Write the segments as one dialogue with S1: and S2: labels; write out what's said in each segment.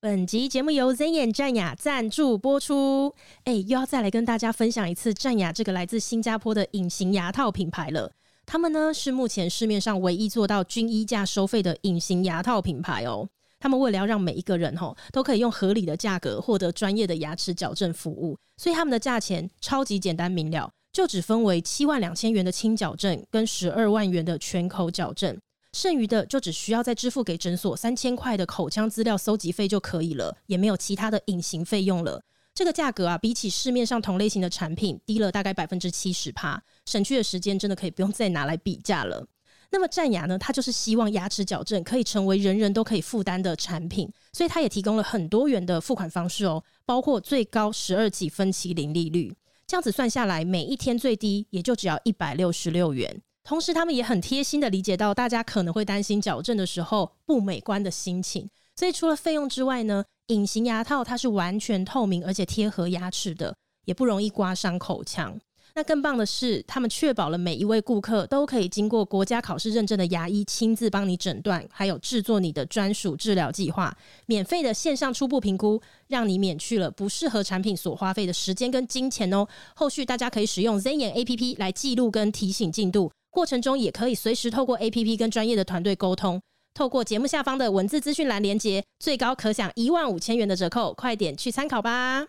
S1: 本集节目由 Zen 眼战雅赞助播出。哎、又要再来跟大家分享一次战雅这个来自新加坡的隐形牙套品牌了。他们呢是目前市面上唯一做到均衣价收费的隐形牙套品牌哦。他们为了要让每一个人吼都可以用合理的价格获得专业的牙齿矫正服务，所以他们的价钱超级简单明了，就只分为七万两千元的轻矫正跟十二万元的全口矫正。剩余的就只需要再支付给诊所三千块的口腔资料搜集费就可以了，也没有其他的隐形费用了。这个价格啊，比起市面上同类型的产品低了大概百分之七十趴，省去的时间真的可以不用再拿来比价了。那么战牙呢，它就是希望牙齿矫正可以成为人人都可以负担的产品，所以它也提供了很多元的付款方式哦，包括最高十二期分期零利率，这样子算下来，每一天最低也就只要一百六十六元。同时，他们也很贴心的理解到大家可能会担心矫正的时候不美观的心情，所以除了费用之外呢，隐形牙套它是完全透明而且贴合牙齿的，也不容易刮伤口腔。那更棒的是，他们确保了每一位顾客都可以经过国家考试认证的牙医亲自帮你诊断，还有制作你的专属治疗计划，免费的线上初步评估，让你免去了不适合产品所花费的时间跟金钱哦。后续大家可以使用 Zen 眼 A P P 来记录跟提醒进度，过程中也可以随时透过 A P P 跟专业的团队沟通。透过节目下方的文字资讯栏连接，最高可享一万五千元的折扣，快点去参考吧！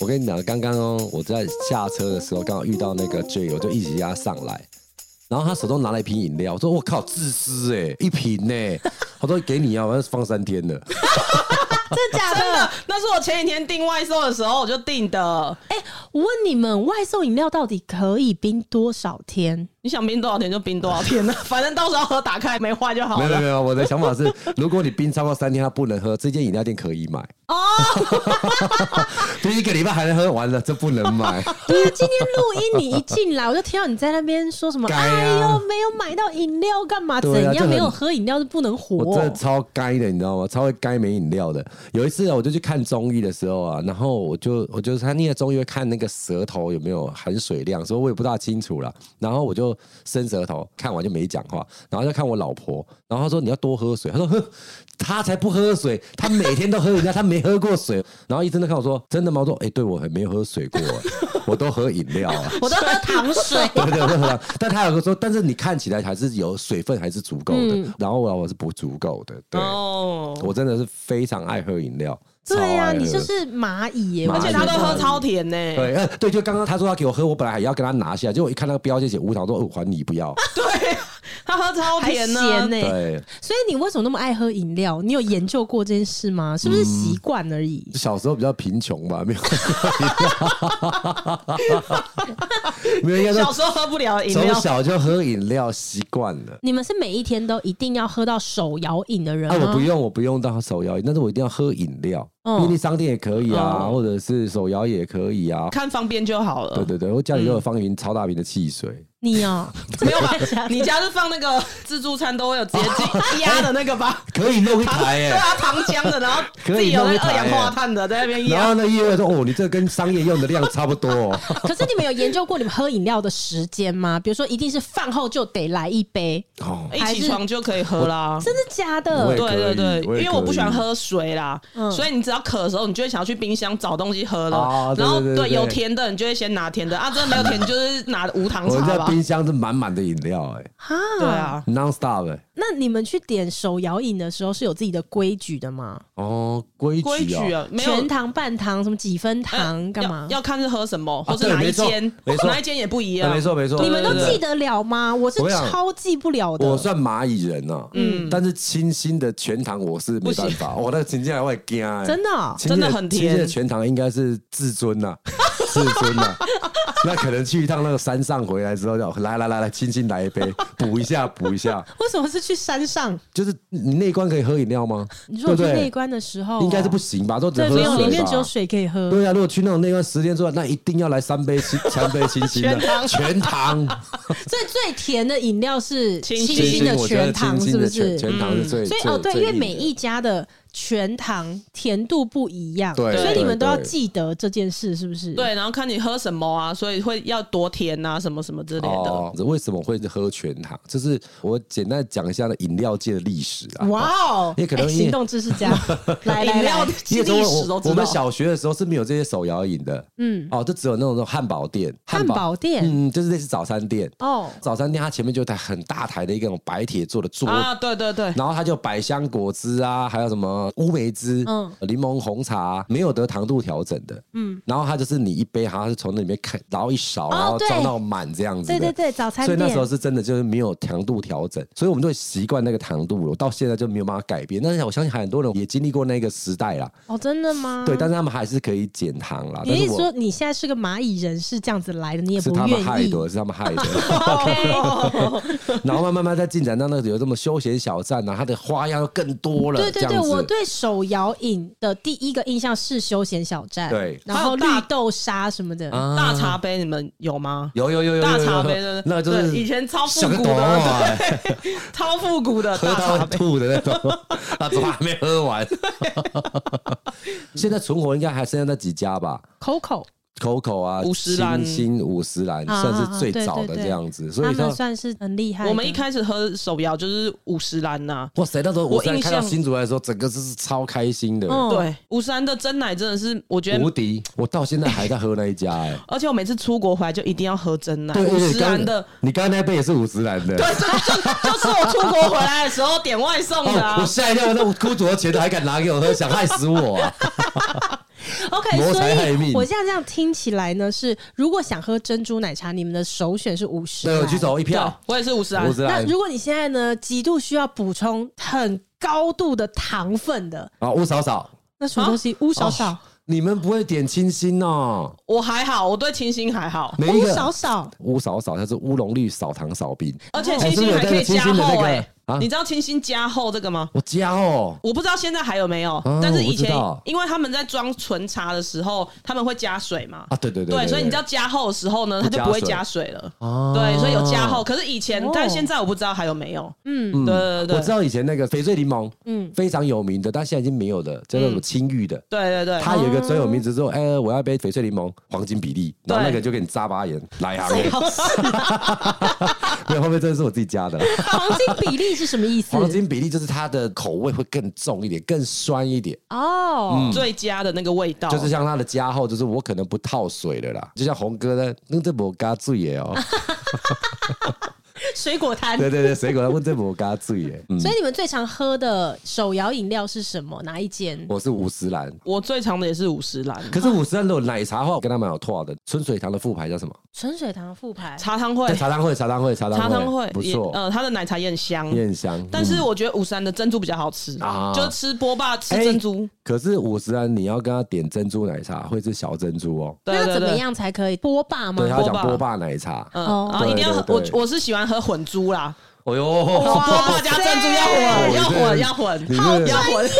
S2: 我跟你讲，刚刚哦，我在下车的时候刚好遇到那个 J，我就一直压上来，然后他手中拿了一瓶饮料，我说我靠，自私哎、一瓶呢、 他说给你啊，我要放三天的，
S3: 真的假的？那是我前几天订外送的时候我就订的。
S1: 哎、我问你们，外送饮料到底可以冰多少 天？
S3: 你想冰多少天就冰多少天呢，啊 反正到时候喝打开没坏就好
S2: 没有没有
S3: 了。
S2: 没有，我的想法是，如果你冰超过三天，他不能喝，这间饮料店可以买 哦，第一个礼拜还能喝完了，这不能买，
S1: 对啊，今天录音你一进来，我就听到你在那边说什么？
S2: 该啊
S1: 哎呦，没有买到饮料干嘛？
S2: 对啊
S1: 怎
S2: 这
S1: 样？
S2: 很
S1: 没有喝饮料就不能活？
S2: 我真的超该的，你知道吗？超会该没饮料的。有一次啊，我就去看中医的时候啊，然后我就我就是他念中医会看那个舌头有没有含水量，所以我也不大清楚啦。然后我就伸舌头，看完就没讲话，然后就看我老婆，然后她说你要多喝水，她说哼，她才不喝水，她每天都喝饮料，她没喝过水。然后医生就看我说真的吗？我说哎、对我还没有喝水过、我都喝饮料啊。。
S1: 我都喝糖水
S2: 对对对，对但他有个说，但是你看起来还是有水分，还是足够的。然后我我是不足够的，对、
S3: 嗯哦，
S2: 我真的是非常爱喝饮料，超
S1: 对啊，
S2: 爱喝
S1: 你就是蚂蚁耶！
S2: 蚂蚁
S1: 我
S3: 而且他都喝超甜呢、
S2: 啊对， 呃，对，就刚刚他说要给我喝，我本来还要跟他拿下，结果一看那个标签写无糖，我说哦，还你不 要。
S3: 对，他喝超
S1: 还
S3: 甜呢、
S1: 咸呢、
S2: 对，
S1: 所以你为什么那么爱喝饮料？你有研究过这件事吗？是不是习惯而已？
S2: 小时候比较贫穷吧，没 有，没有，应该
S3: 小
S2: 说
S3: 时候喝不了饮
S2: 从
S3: 料，
S2: 小就喝饮料习惯了。
S1: 你们是每一天都一定要喝到手摇饮的人
S2: 啊，
S1: 吗？
S3: 嗯
S2: 我不用，我不用到手摇饮，但是我一定要喝饮料，
S3: 哦
S1: 嗯
S2: 便利商店也可以啊，
S3: 嗯
S2: 或者是手摇也可以啊，
S3: 看方便就好了。
S2: 对对对，我家里都有放一瓶超大瓶的汽水，
S1: 你 哦、
S3: 没有吧？你家是放那个自助餐都会有直接 进压的那个吧？
S2: 可以弄一
S3: 糖
S2: 台
S3: 对
S2: 耶、
S3: 啊，糖浆的，然后自
S2: 可以
S3: 己有那
S2: 弄一
S3: 个
S2: 台
S3: 二
S2: 耶
S3: 氧化碳的在那边
S2: 然
S3: 压
S2: 后。呢，业说哦，你这跟商业用的量差不 多、哦。
S1: 可是你们有研究过你们喝饮料的时间吗？比如说，一定是饭后就得来一杯，
S2: 哦
S3: 一起床就可以喝啦。
S1: 真的假的
S2: 我也？
S3: 对对对，
S2: 我也可以
S3: 因为我不喜欢喝水啦，
S1: 嗯
S3: 所以你只要渴的时候，你就会想要去冰箱找东西喝
S2: 哦
S3: 了。
S2: 对
S3: 然后
S2: 对对对
S3: 有甜的，你就会先拿甜的啊，真的没有甜你就是拿无糖
S2: 我
S3: 茶
S2: 家
S3: 吧。
S2: 冰箱是满满的饮料、哎
S1: 哈，
S3: 对。啊，
S2: ，non stop 哎、
S1: 那你们去点手摇饮的时候是有自己的规矩的吗？
S2: 哦，规
S3: 规
S2: 矩哦、
S3: 矩啊，没有呃
S1: 全糖、半糖，什么几分糖，干嘛
S3: 要？要看是喝什么，
S2: 啊
S3: 或是
S2: 对
S3: 哪一
S2: 没错
S3: 间，
S2: 没错
S3: 哪一间也不一
S2: 哎
S3: 样。
S2: 没错没错，
S1: 你们都
S3: 对对对
S1: 记得了吗？我是
S2: 我想
S1: 超记不了的。
S2: 我算蚂蚁人呐、啊，嗯，但是清新的全糖我是没办法，哦我那请进来我也惊哎、
S1: 真的哦
S2: 清新
S3: 真的很甜
S2: 清新的全糖应该是至尊 呐、至尊呐、那可能去一趟那个山上回来之后，就哦来来来来，清新来一杯，补一下补一下。
S1: 为什么是去山上？
S2: 就是你内关可以喝饮料吗？
S1: 你说我去
S2: 对不对
S1: 内关的时候，啊
S2: 应该是不行吧？都只
S1: 对，
S2: 能喝
S1: 没有，
S2: 水吧
S1: 里面只有。水可以喝。
S2: 对啊，如果去那种内关十天之外，那一定要来三杯 清三杯清新的
S3: 全糖
S2: 全糖，
S1: 最最甜的饮料是
S3: 清
S1: 新
S3: 新
S1: 的
S2: 我觉得
S1: 全糖，
S2: 清
S1: 是
S2: 新
S1: 不
S2: 的
S1: 是
S2: 全？全糖是最
S1: 所以
S2: 最
S1: 哦，对，
S2: 最
S1: 因为
S2: 硬的
S1: 每一家的全糖甜度不一样，
S2: 对
S1: 所以你们都
S2: 对
S1: 要
S2: 对
S1: 记得这件事，是不是？
S3: 对，然后看你喝什么啊，所以会要多甜啊，什么什么之类的。
S2: 哦，为什么会喝全糖？就是我简单讲一下那饮料界的历史啊。
S1: 哇哦，
S2: 也可能
S1: 哎
S2: 因为
S1: 行动知识 家，来来
S3: 饮料
S1: 来
S3: 的，
S2: 因
S3: 历
S2: 为
S3: 史
S2: 中国
S3: 都
S2: 我
S3: 知
S2: 我
S3: 道
S2: 们。小学的时候是没有这些手摇饮的，
S1: 嗯，
S2: 哦，就只有那种汉堡店，
S1: 汉堡店
S2: 嗯，就是类似早餐店。
S1: 哦，
S2: 早餐店它前面就有台很大台的一个那种白铁做的桌
S3: 啊，对对对，
S2: 然后它就百香果汁啊，还有什么乌梅汁、
S1: 嗯
S2: 嗯、柠檬红茶啊、没有得糖度调整的，嗯，然后它就是你一杯，好像是从那里面开，然后一勺，
S1: 哦
S2: 然后
S1: 对
S2: 装到满这样子
S1: 对
S2: 的。
S1: 对对，早餐
S2: 所
S1: 店，
S2: 以那时候是真的就是没有糖度调整，所以我们都习惯那个糖度了，我到现在就没有办法改变。但是我相信很多人也经历过那个时代啦，
S1: 哦，真的吗？
S2: 对，但是他们还是可以减糖啦。
S1: 你
S2: 但
S1: 意
S2: 是
S1: 思
S2: 我
S1: 说你现在是个蚂蚁人，是这样子来的，你也
S2: 是
S1: 不
S2: 他们害
S1: 愿意。哦
S2: 的，是他们 害的。
S1: OK，
S2: 然后慢慢慢慢再进展到那个有这么休闲小站啊，它的花样又更多了，
S1: 对对
S2: 这
S1: 对，
S2: 样子
S1: 我对手摇饮的第一个印象是休闲小站，
S2: 对
S1: 然后
S3: 还有
S1: 绿
S3: 大
S1: 豆沙什么的，
S2: 啊
S3: 大茶杯你们有吗？
S2: 有有有有
S3: 大
S2: 有有
S3: 茶
S2: 有
S3: 杯的，
S2: 那个就是
S3: 对以前超复
S2: 想
S3: 古
S2: 懂啊
S3: 的，对， 超复古的
S2: 喝
S3: 大
S2: 到
S3: 茶
S2: 会
S3: 杯。
S2: 吐的那种， 他怎么还没喝完？现在存活应该还剩下那几家吧。
S1: Coco，
S2: Coco 啊，
S3: 五十岚
S2: 新新五十岚
S1: 啊
S2: 算是最
S1: 对对
S2: 早的
S1: 对
S2: 这样子，所
S1: 他
S2: 以他
S1: 们算是很厉害的。
S3: 我们一开始喝手摇就是五十岚啊呐，
S2: 哇塞，那时候我
S3: 我
S2: 现在
S3: 印
S2: 看到
S3: 象
S2: 新竹来的时候，整个是超开心的，
S1: 嗯
S3: 对，五十岚的真奶真的是，我觉
S2: 无
S3: 得，
S2: 敌！我到现在还在喝那一家， 哎，
S3: 而且我每次出国回来就一定要喝真奶，
S2: 对
S3: 五
S2: 对对，
S3: 十岚
S2: 刚
S3: 的。
S2: 你刚刚那杯也是五十岚的，
S3: 对，就就就是我出国回来的时候点外送的
S2: 哦，
S3: 啊
S2: 我。吓一跳，那我孤主的钱都还敢拿给我喝，想害死我 啊！
S1: OK，
S2: 谋
S1: 所
S2: 财害
S1: 以
S2: 命
S1: 我现在这样听起来呢，是如果想喝珍珠奶茶，你们的首选是五十。
S2: 对，我举手一
S3: 对
S2: 票，，
S3: 我也是五十啊
S2: 五。十
S1: 那
S2: 岚
S1: 如果你现在呢极度需要补充很高度的糖分的，
S2: 啊，吴嫂嫂，
S1: 那什么东西？乌少少
S2: 哦，你们不会点清新哦，
S3: 我还好，我对清新还好，
S2: 每一
S1: 乌
S2: 个
S1: 少 少，
S2: 乌少少，它是乌龙绿少糖少冰。
S3: 而且清新还可以加
S2: 哦是不是有那个清新的那
S3: 厚
S2: 个
S3: 哎
S2: 啊，
S3: 你知道清新加厚这个吗？
S2: 我加哦，
S3: 我不知道现在还有没有
S2: 啊，
S3: 但是
S2: 我
S3: 以
S2: 不知
S3: 前
S2: 道
S3: 因为他们在装纯茶的时候，他们会加水嘛。
S2: 啊，对对对
S3: 对，所以你知道加厚的时候呢，它就不会加水了。
S2: 哦
S3: 对，所以有加厚，。可是以前
S1: 哦，
S3: 但现在我不知道还有没有。
S1: 嗯
S2: 嗯
S3: 对对对
S2: 我知道以前那个翡翠柠檬，
S1: 嗯
S2: 嗯，非常有名的，但现在已经没有了，叫做什么青玉的。
S3: 对对嗯对，哦
S2: 它有一个专有名词，说：“哎、我要一杯翡翠柠檬黄金比例。”然后那个就给你扎巴眼，来 行
S1: 最
S2: 业。
S1: 好是
S3: 啊
S2: 没有，后面真的是我自己加的啦。
S1: 黄金比例是什么意思？
S2: 黄金比例就是它的口味会更重一点，更酸一点。嗯
S1: 哦，
S3: 最佳的那个味道，
S2: 就是像它的加厚，就是我可能不套水了啦。就像红哥呢，那这不加醉耶哦。
S1: 水果摊。
S2: 对对对，水果问这不加醉 耶。嗯，
S1: 所以你们最常喝的手摇饮料是什么？哪一间？
S2: 我是五十岚。
S3: 我最长的也是五十岚
S2: 可是五十岚如果奶茶的话，我跟他蛮有拓的。春水堂的副牌叫什么？
S1: 纯水堂副牌。
S3: 茶汤会
S2: 对，，茶汤会，茶汤会，茶
S3: 茶汤
S2: 汤
S3: 会
S2: 会，不
S3: 也
S2: 错，
S3: 呃，它的奶茶也很香，
S2: 也很香。
S3: 但是
S2: 嗯
S3: 我觉得五十岚的珍珠比较好吃，
S2: 啊
S3: 就是吃波霸吃
S2: 哎
S3: 珍珠。
S2: 可是五十岚你要跟他点珍珠奶茶，会是小珍珠哦。
S3: 对
S1: 那
S3: 对
S1: 怎么
S3: 对，
S1: 样才可以？波霸吗
S2: 对，？他要讲
S3: 波
S2: 波
S3: 霸
S2: 霸奶茶。
S3: 嗯
S1: 哦，
S3: 然后一定要
S2: 对
S3: 喝
S2: 对
S3: 我
S2: 对
S3: 我是喜欢喝混珠啦，
S2: 哎
S3: 波
S2: 呦，
S3: 霸加珍珠要混，要
S2: 我这
S3: 混要混
S2: 哦你，这
S3: 要
S1: 啊
S3: 混，
S1: 哎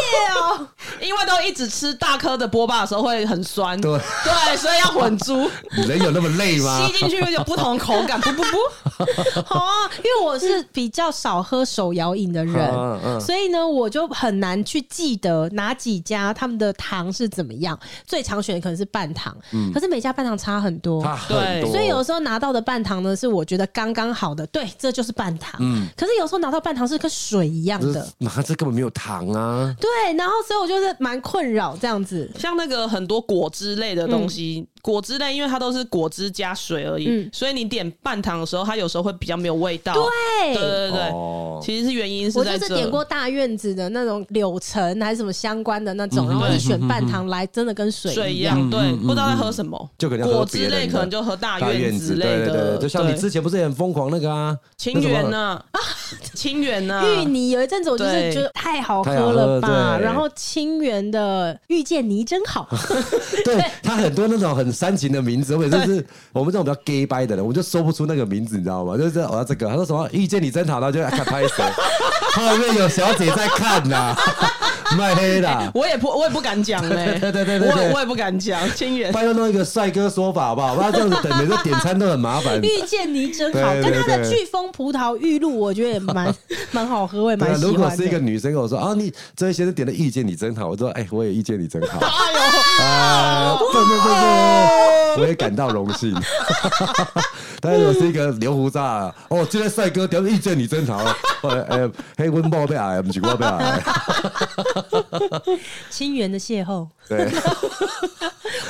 S3: 因为都一直吃大颗的波霸的时候会很酸，
S2: 对
S3: 对，所以要 混珠，
S2: 人有那么累吗
S3: 吸？进去会有不同口感，不 不不，
S1: 好啊，因为我是比较少喝手摇饮的人。
S2: 嗯嗯，
S1: 所以呢，我就很难去记得哪几家他们的糖是怎么样。最常选的可能是半糖，可是每家半糖差很多。
S2: 他很多，
S1: 所以有时候拿到的半糖呢，是我觉得刚刚好的，对，这就是半糖。可是有时候拿到半糖是跟水一样
S2: 这
S1: 的，
S2: 妈这根本没有糖啊。
S1: 对。然后所以我就是蛮困扰这样子。
S3: 像那个很多果汁类的东
S2: 嗯
S3: 西，果汁类因为它都是果汁加水而已，
S1: 嗯
S3: 所以你点半糖的时候，它有时候会比较没有味道，
S1: 对，
S3: 对对对
S2: 哦，
S3: 其实是原因是
S1: 哎我
S3: 在
S1: 就
S3: 这。
S1: 是点过大院子的那种柳橙还是什么相关的那种，然后一选半糖来，真的跟水
S3: 水一
S1: 样。
S3: 样，对，
S2: 嗯
S3: 不知道在喝什么，
S2: 就可能要喝
S3: 果汁
S2: 别
S3: 类
S2: 人的
S3: 可能就喝大
S2: 大
S3: 院
S2: 院
S3: 子
S2: 子，
S3: 类
S2: 对对
S3: 的，
S2: 对，就像你
S3: 对
S2: 之前不是也很疯狂那个啊，
S3: 清源呐， 清源啊呐，
S1: 芋泥有一阵子我就是
S3: 对
S1: 觉得太好喝了
S2: 太好喝
S1: 吧，
S2: 了对
S1: 然后清源的遇见你真好，
S2: 对他很多那种很煽情的名字，或者就是我们这种比较 gay 掰的人，我们就说不出那个名字，你知道吗？就是我要这个，他说什么遇见你真好，然后就看拍谁，后面有小姐在看呐、 卖黑啦。
S3: 我也不我也不敢讲嘞、
S2: 对对对对对
S3: 我也我也不敢讲，清远。。
S2: 拜托弄一个帅哥说法好不好？不要这样子等，每次点餐都很麻烦。
S1: 遇见你真好，
S2: 对对
S1: 跟他的
S2: 对
S1: 飓风葡萄玉露，我觉得也蛮蛮好喝，我也
S2: 对
S1: 蛮
S2: 啊，
S1: 喜
S2: 如果
S1: 欢
S2: 是一个
S1: 的。
S2: 女生跟我说啊，你这位先生点的意见你真好，我说哎，我也意见你真好
S3: 哎呦，
S2: 啊，不不不不，我也感到荣幸。 但是我是一个留胡渣啊，哦，今天帅哥屌意见你真好，哎哎，黑温报被矮，不是我被矮，
S1: 清源的邂逅，
S2: 对。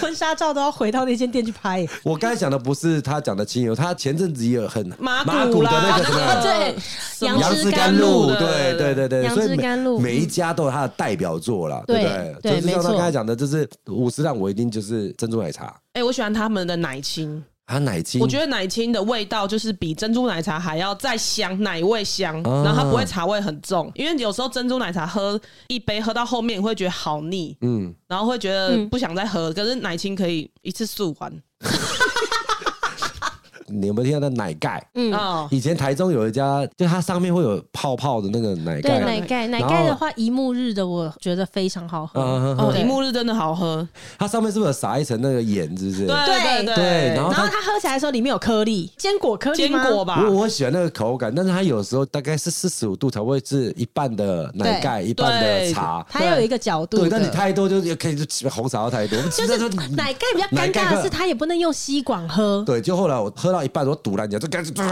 S1: 婚纱照都要回到那间店去拍。
S2: 我刚才讲的不是他讲的亲友，他前阵子也有很
S3: 麻
S2: 麻
S3: 古
S2: 古的
S3: 啦
S2: 那个什
S3: 啊
S2: 么。
S1: 对，
S3: 杨
S1: 呃杨
S2: 杨
S1: 枝
S2: 枝
S1: 甘
S2: 甘
S1: 露
S2: 露，
S3: 的
S2: 对对对对，
S1: 杨
S2: 所以
S1: 枝甘露
S2: 每每一家都有他的代表作啦，
S1: 对
S2: 对不
S1: 对
S2: 对？就是
S1: 没
S2: 像他
S1: 错
S2: 刚才讲的，就是五十让我一定就是珍珠奶茶，
S3: 哎、我喜欢他们的奶青，
S2: 他奶精，
S3: 我觉得奶青的味道就是比珍珠奶茶还要再香，奶味香，
S2: 啊
S3: 然后它不会茶味很重，因为有时候珍珠奶茶喝一杯喝到后面你会觉得好腻，
S2: 嗯，
S3: 然后会觉得不想再喝，可是奶青可以一次速完，
S2: 你有没有听到那奶盖？
S1: 嗯，
S3: 哦，
S2: 以前台中有一家，就它上面会有泡泡的那个奶
S1: 对
S2: 盖，
S1: 奶盖奶盖的话，一幕日的我觉得非常好喝。
S2: 嗯嗯嗯
S3: 哦，
S1: 对
S3: 铃木日真的好喝，
S2: 它上面是不是有撒一层那个盐？是不是？
S3: 对对
S2: 对然后
S1: 然后它喝起来的时候里面有颗粒，坚果颗粒
S3: 坚
S1: 吗
S3: 果吧，
S2: 我我喜欢那个口感，但是它有时候大概是四十五度才会是一半的奶盖，一半的
S3: 对
S2: 茶。
S1: 它有一个角度的。
S2: 对，但你太多就是可以就红茶要太多，就嗯
S1: 就是奶盖比较尴尬的是，它也不能用吸管喝，
S2: 对，就后来我喝到一半，我堵烂讲，就赶紧然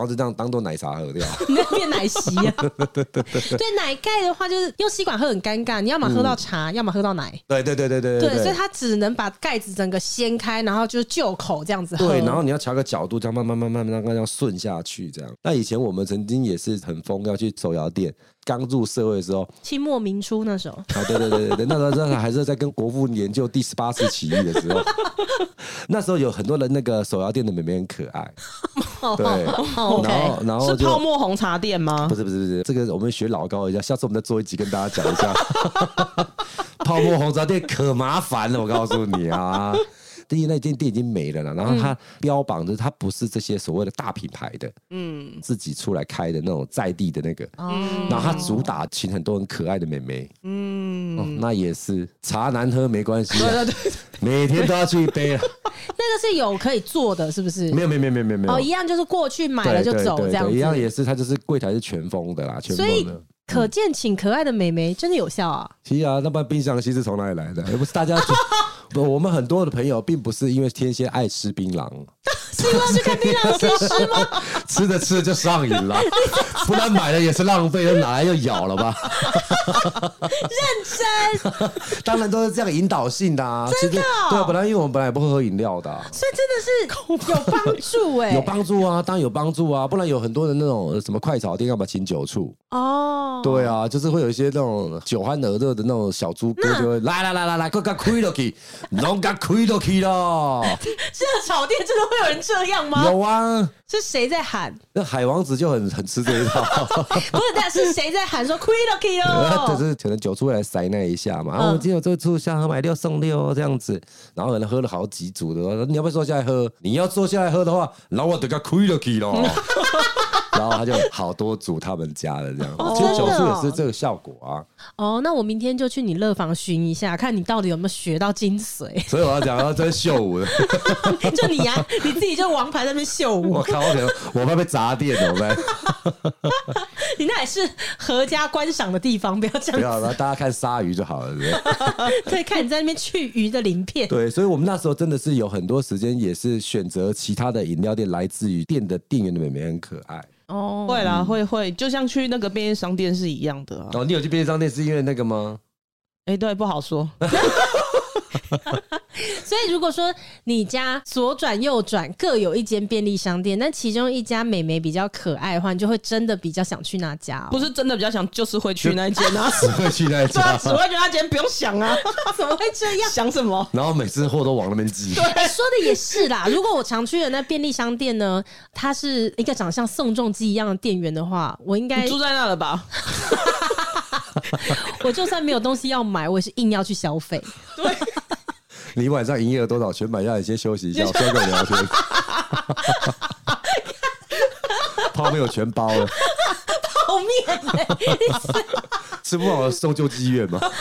S2: 后就这样当做奶茶喝掉。
S1: 你那变奶昔 啊。对奶盖的话，就是用吸管喝很尴尬，你要么喝到茶，要么喝到奶。
S2: 对对对对嗯对
S1: 对，所以它只能把盖子整个掀开，然后就就口这样子喝。
S2: 对，然后你要调个角度，这样慢慢慢慢慢慢这样顺下去，这样。那以前我们曾经也是很疯，要去手摇店。刚入社会的时候
S1: 清末明初那时候，
S2: 啊，对对对对对，那时候真的还是在跟国父研究第十八次起义的时候， 那时候有很多人那个手摇店的妹妹很可爱，
S1: 哦
S2: 对，
S1: OK
S2: 然后然后
S3: 是
S2: 就
S3: 泡沫红茶店吗
S2: 不？是不是不是，这个我们学老高一下，下次我们再做一集跟大家讲一下。 泡沫红茶店可麻烦了，我告诉你啊。第一，那间店已经没了啦，然后
S1: 嗯
S2: 它标榜的它不是这些所谓的大品牌的，嗯，自己出来开的那种在地的那个，
S1: 哦，
S2: 然后它主打请很多很可爱的美眉，嗯、那也是茶难喝没关系啊，
S3: 对对对，
S2: 每天都要去一杯啊，
S1: 那个是有可以做的，是不是？
S2: 没有没有没有没有没有没有，
S1: 哦，一样就是过去买了就
S2: 对对
S1: 走
S2: 对
S1: 这样
S2: 对一样
S1: 子。
S2: 也是它就是柜台是全封的啦，全
S1: 所
S2: 封
S1: 以
S2: 的。
S1: 可见，请可爱的美眉真的有效 啊！
S2: 其实啊，那般冰箱西是从哪里来的？也不是大家觉，不，我们很多的朋友并不是因为天蝎爱吃槟榔，
S1: 是因为是看槟榔西 施吗？
S2: 吃着吃着就上瘾了，不然买了也是浪费，拿来又咬了吧。
S1: 认真，
S2: 当然都是这样引导性的啊，真的、对啊，本来因为我们本来也不喝饮料的啊、
S1: 所以真的是有帮助哎、
S2: 有帮助啊，当然有帮助啊，不然有很多的那种呃什么快炒店干嘛请酒醋？
S1: 哦，
S2: 对啊，就是会有一些那种酒酣耳热的那种小猪哥就会来来来来来，快快开落去，拢给开落去咯。
S1: 热炒店真的会有人这样吗？
S2: 有啊，
S1: 是谁在 喊？
S2: 那海王子就很很吃这一套，
S1: 不是，但是谁在喊说 q u i l o
S2: 就
S1: k i
S2: 是可能酒出来塞那一下嘛，
S1: 嗯
S2: 啊，我今天有这个促销，买六送六哦这样子，然后可能喝了好几组的，说你要不要坐下来喝？你要坐下来喝的话，然后我等下亏了 去咯。然后他就好多组他们家的这样子，其实酒
S1: 真
S2: 醋
S1: 的哦
S2: 也是这个效果啊，
S1: 哦，那我明天就去你乐坊巡一下，看你到底有没有学到精髓。
S2: 所以我要讲到真秀舞的，
S1: 就你呀、你自己就王牌在那边秀舞，
S2: 我靠，我可能我怕被砸店怎么办？
S1: 你那也是合家观赏的地方，不要这
S2: 不
S1: 样。
S2: 要， 然后大家看鲨鱼就好了，对不对？
S1: 对，看你在那边去鱼的鳞片。
S2: 对，所以我们那时候真的是有很多时间，也是选择其他的饮料店，来自于店的店员的妹妹很可爱。
S1: 哦，
S3: 会啦会会，就像去那个便利商店是一样的啊。
S2: 哦，你有去便利商店是因为那个 吗？
S3: 哎，对，不好 说。
S1: 所以如果说你家左转右转各有一间便利商店，但其中一家美眉比较可爱的话，你就会真的比较想去那家、哦。
S3: 不是真的比较想，就是会去那一间 啊。
S2: 只会去那一
S3: 对啊，
S2: 家，
S3: 只会去那间，不用想啊，
S1: 怎么会这样？
S3: 想什么？
S2: 然后每次货都往那边寄。
S1: 哎说的也是啦，如果我常去的那便利商店呢，它是一个长相宋仲基一样的店员的话，我应该
S3: 你住在那了吧？
S1: 我就算没有东西要买，我也是硬要去消 费。
S2: 你晚上营业额多少？全买下，你先休息 一下，我先跟我聊天。泡面有全包了，
S1: 泡面、欸，
S2: 吃不饱送救济院吗？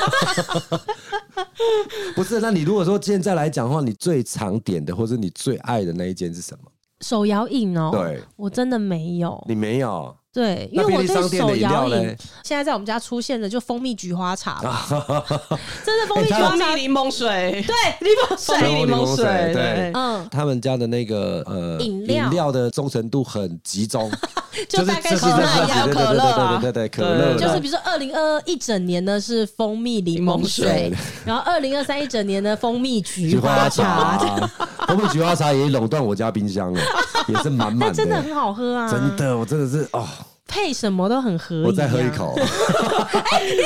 S2: 不是，那你如果说现在来讲的话，你最常点的或者你最爱的那一间是什么？
S1: 手摇饮哦，
S2: 对，
S1: 我真的没有。
S2: 你没有，
S1: 对，因
S2: 那
S1: 为我
S2: 便利商
S1: 对
S2: 店的
S1: 手
S2: 饮料
S1: 摇饮
S2: 嘞，
S1: 现在在我们家出现的就蜂蜜菊花茶 吧，真的蜂蜜菊
S3: 蜂
S1: 花
S3: 蜜
S1: 茶，
S3: 柠檬水，
S2: 哎
S1: 对，柠檬
S3: 蜂
S1: 水，
S3: 蜜柠檬水，
S2: 对
S3: 对，
S1: 嗯，
S2: 他们家的那个呃
S1: 饮料
S2: 的忠诚度很集中，
S1: 就是大概
S2: 这是
S1: 可乐
S2: 这是
S1: 还有
S2: 对对
S3: 可乐啊
S2: 对对对对对可
S3: 对
S2: 乐啦，
S1: 就是比如说二零二二一整年呢是蜂蜜柠檬水
S2: 柠檬水，
S1: 然后二零二三一整年呢蜂蜜菊
S2: 菊
S1: 花
S2: 花
S1: 茶，
S2: 茶， 我们菊花茶也垄断我家冰箱 了，也是满满
S1: 但
S2: 的，
S1: 真的很好喝啊，
S2: 真的，我真的是哦，
S1: 配什么都很合、啊。
S2: 我再喝一，口，
S1: 你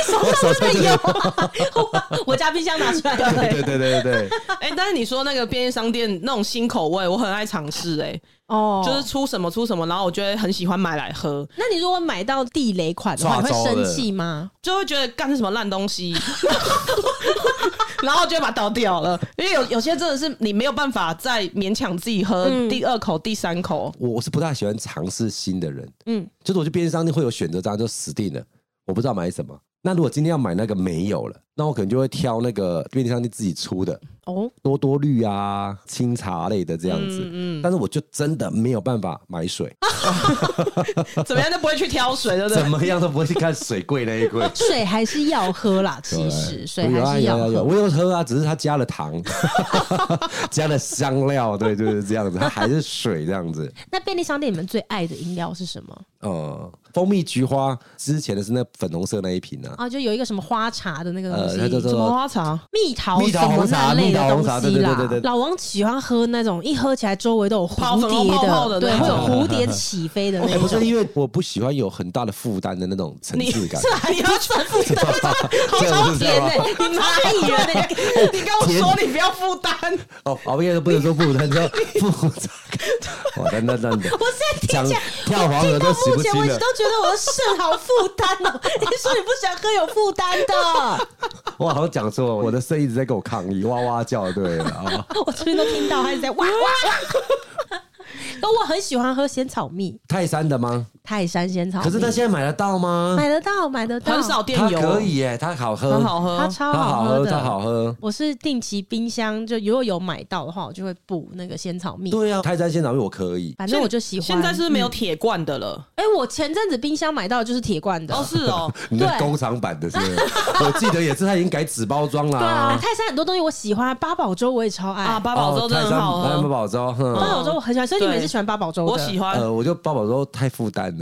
S1: 手上真的有、 啊，我家冰箱拿出来了。
S2: 对对对对对，
S3: 哎、但是你说那个便利商店那种新口味，我很爱尝试、哎、
S1: 哦，
S3: 就是出什么出什么，然后我就会很喜欢买来喝，
S1: 那你如果买到地雷款的话，你
S2: 抓
S1: 会
S2: 周的
S1: 生气吗？
S3: 就会觉得干是什么烂东西， 然后就会把它倒掉了。因为有有些真的是你没有办法再勉强自己喝第二口、第三口，
S2: 我我是不大喜欢尝试新的人，
S1: 嗯
S2: 嗯，就是我去便利商店会有选择障碍，就死定了，我不知道买什么。那如果今天要买那个没有了，那我可能就会挑那个便利商店自己出的
S1: 哦，
S2: 多多绿啊、清茶类的这样子。
S1: 嗯
S2: 但是我就真的没有办法买水，
S3: 怎么样都不会去挑水，对不
S2: 怎
S3: 对？
S2: 么样都不会去看水柜那一 柜。
S1: 水还是要喝啦，其实水
S2: 有
S1: 还
S2: 啊
S1: 是要
S2: 有啊有
S1: 喝。
S2: 啊，我有喝啊，只是它加了糖， 加了香料，对，就是这样子，它还是水这样子。
S1: 那便利商店你们最爱的饮料是什么？
S2: 呃，蜂蜜菊花之前的是那粉红色那一瓶 啊，
S1: 啊，就有一个什么花茶的那个东
S2: 呃，
S1: 西，
S2: 它叫
S3: 什么
S2: 做
S3: 花茶？
S1: 蜜桃
S2: 蜜桃
S1: 什么
S2: 红茶
S1: 那类的
S2: 蜜桃
S1: 东
S2: 红
S1: 西啦。
S2: 茶对对对对对
S1: 老王喜欢喝那种一喝起来周围都有蝴
S3: 泡粉红
S1: 蝶
S3: 泡泡的
S1: 对，
S3: 那
S1: 会有
S3: 种
S1: 蝴蝶起飞的那
S2: 哎、
S1: 种。
S2: 不是，因为我不喜欢有很大的负担的那种层
S3: 你
S2: 次感。
S3: 这还要全负担？
S2: 好超
S1: 天呢、你蚂蚁人呢、
S3: 你跟我说你不要负担，
S2: 哦，熬夜都不能说负 担，叫负担。 哦哇，那那那
S1: 我现在听
S2: 讲
S1: 起来，
S2: 跳黄河
S1: 听到
S2: 都洗
S1: 目
S2: 不
S1: 前为
S2: 清
S1: 止
S2: 了。
S1: 都觉得我的肾好负担 哦。你说你不想喝有负担的，
S2: 我好像讲错了，我的肾一直在跟我抗议，哇哇叫。对了啊、
S1: 我这边都听到，还在哇哇。 可我很喜欢喝仙草蜜，
S2: 泰山 的吗？
S1: 泰山仙草蜜。
S2: 可是他现在买得到吗？
S1: 买得到，买得到，
S3: 嗯很少店
S2: 它
S3: 有，
S2: 可以耶，它好喝，
S3: 很好喝，
S1: 它超
S2: 它好
S1: 喝
S2: 喝，
S1: 的，
S2: 它好喝。
S1: 我是定期冰箱，就如果有买到的话，我就会补那个仙草蜜。
S2: 对啊，泰山鲜草莓我可以，
S1: 反正我就喜欢。
S3: 现在是没有
S1: 嗯。
S3: 铁罐的了。
S1: 哎、我前阵子冰箱买到的就是铁罐的。
S3: 哦，是哦，
S2: 你的
S1: 对
S2: 工厂版的是不 是？我记得也是，它已经改纸包装啦。
S1: 对啊，泰山很多东西我喜欢，八宝粥我也超爱。
S3: 啊，
S2: 八
S3: 八宝粥真的很好
S2: 八
S3: 喝，
S2: 宝粥，哼
S1: 八宝粥我很喜欢，所以你们也是喜欢八宝粥的。
S3: 我喜欢。
S2: 呃，我就八宝粥太负担了。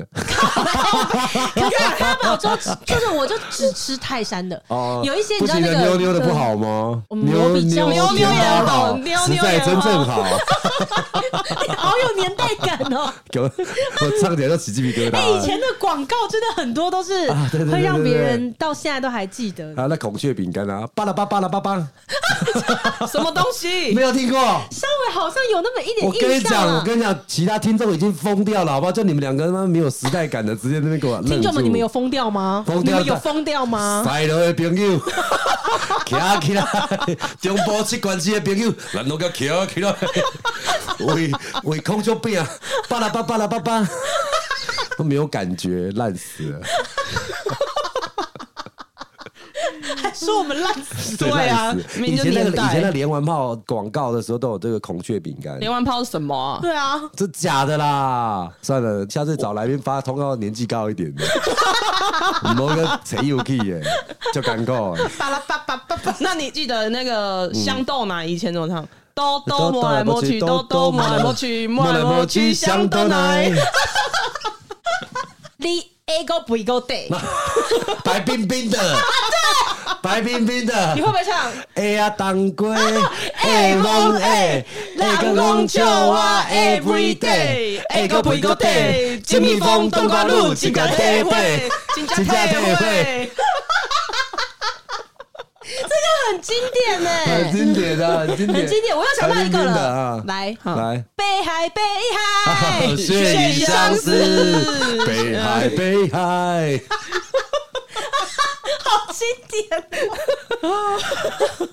S1: 可是八宝粥就是我就只吃泰山 的，
S2: 哦
S1: 有一些你
S2: 不
S1: 知道
S2: 行
S1: 那
S2: 的
S1: 个
S2: 妞妞的不好吗？
S1: 嗯 我比较
S3: 妞妞也
S2: 好
S3: 好妞妞
S2: 实
S3: 也
S2: 在真正好，
S1: 好有年代感哦。
S2: 给我我唱起来都起鸡皮疙瘩
S1: 哎、以
S2: 了。
S1: 前的广告真的很多都是
S2: 啊对对对
S1: 会让
S2: 对对
S1: 别
S2: 对
S1: 人到现在都还记得。
S2: 啊，那孔雀饼干啊，巴拉巴巴拉巴巴，
S3: 什么东 西
S2: 没？有听过。
S1: 稍微好像有那么一点
S2: 我跟
S1: 印
S2: 你
S1: 象、
S2: 讲，
S1: 啊。
S2: 我跟你讲，其他听众已经疯掉了，好不好？就你们两个他妈没有时代感的，直接在那边给我愣
S1: 听众们，
S2: 住
S1: 你们有疯掉吗？
S2: 疯
S1: 你
S2: 掉
S1: 们有疯掉吗？
S2: 赛罗的朋友， 徛起来， 中部七关市的朋友，咱拢甲徛起来， 为为空中饼，啊巴拉巴巴拉巴巴， 都没有感觉，烂死了，
S1: 还说我们烂死。
S3: 对啊
S2: 烂死了
S3: 明
S2: 以
S3: 明
S2: 前那个
S3: 年代
S2: 以前那连环炮广告的时候都有这个孔雀饼干。
S3: 连环炮是什么啊？
S1: 对啊，
S2: 这假的啦！算了，下次找来宾发通告，年纪高一点的，某个谁有去耶，就尴尬。
S3: 巴拉巴巴巴巴。 那你记得那个
S2: 嗯
S3: 香豆奶以前怎么唱？豆豆摸来摸去，豆豆摸来摸去，摸来摸去香豆奶。
S1: 你 A 勾不 go day，
S2: 白冰冰的，白冰冰的
S1: 你。会不会唱？
S2: 哎呀，当归，哎梦哎，哎个梦叫我 every day，哎个不一个 day，金蜜蜂冬瓜露，金个体会，
S3: 金
S2: 金家体会，。
S1: 很经典呢、
S2: 很经典的， 很经典，
S1: 很经典。我又想到一个
S2: 白冰冰
S1: 了，
S2: 的啊
S1: 来，哎
S2: 来。
S1: 北海，北海，
S2: 血雨相思，北海，北海，
S1: 好经典。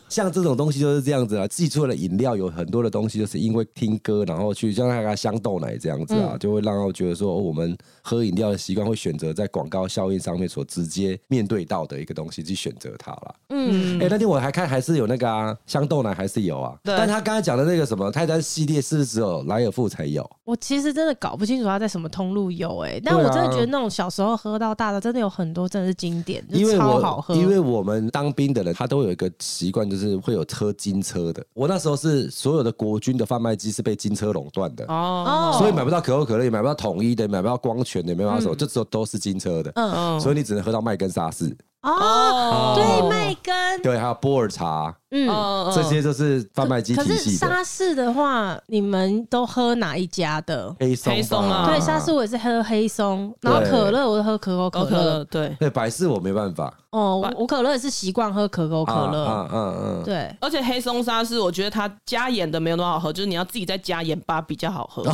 S2: 像这种东西就是这样子啊，寄出的饮料有很多的东西，就是因为听歌，然后去像那个香豆奶这样子
S1: 嗯
S2: 啊，就会让我觉得说，哦我们喝饮料的习惯会选择在广告效应上面所直接面对到的一个东西去选择它啦。
S4: 嗯，
S2: 哎、那天我还看还是有那个啊，香豆奶还是有啊，
S3: 对
S2: 但他刚才讲的那个什么泰山系列是不是只有莱尔富才有？
S1: 我其实真的搞不清楚它在什么通路有哎、但我
S2: 对啊
S1: 真的觉得那种小时候喝到大的，真的有很多真的是经典，就
S2: 因为
S1: 超好
S2: 我
S1: 喝。
S2: 因为我们当兵的人，他都有一个习惯，就是会有车金车的。我那时候是所有的国军的贩卖机是被金车垄断的，
S3: 哦
S2: 所以买不到可口可乐，也买不到统一的，也买不到光泉的，也买不到什
S1: 嗯
S2: 么，就只有都是金车的。
S3: 嗯
S2: 所以你只能喝到麦根沙士，
S1: 哦，
S3: 哦
S1: 对，麦根，
S2: 对，还有波尔茶，
S4: 嗯，
S3: 嗯
S2: 这些就是贩卖机
S1: 可
S2: 体
S1: 是
S2: 系的。
S1: 沙士的话，你们都喝哪一家的？
S2: 黑松吧，
S3: 黑松啊
S1: 对，沙士我也是喝黑松，然后
S2: 对
S1: 可乐我是喝可口
S3: 可
S1: 可
S3: 可
S1: 乐。
S3: 对，
S2: 对百事我没办法，
S1: 哦，我我可乐是习惯喝可口可乐。
S2: 啊啊啊！
S1: 对，
S3: 而且黑松沙是我觉得它加盐的没有那么好喝，就是你要自己再加盐巴比较好喝。
S1: 哦，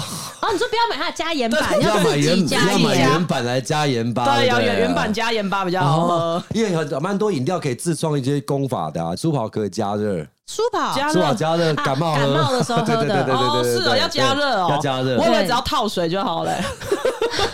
S1: 你说不要买它的加盐 版，
S2: 要买
S1: 啊自己
S2: 原
S1: 加
S2: 要买
S1: 盐。啊
S2: 原版来加盐巴，
S3: 对，啊要
S2: 不
S3: 原原版加盐巴比较好喝
S2: 啊哦。，因为很蛮多饮料可以自创一些功法的啊，猪跑可以加热，
S1: 舒跑
S3: 加
S2: 猪
S3: 热
S2: 跑加热
S1: 啊
S2: 感冒喝
S1: 感冒的时候
S2: 对对对
S1: 喝的
S2: 对对
S3: 哦，
S2: 对对
S3: 是哦，
S2: 对
S3: 要加热哦，
S2: 要加热
S3: 我，以为
S1: 对
S3: 只要泡水就 好了欸。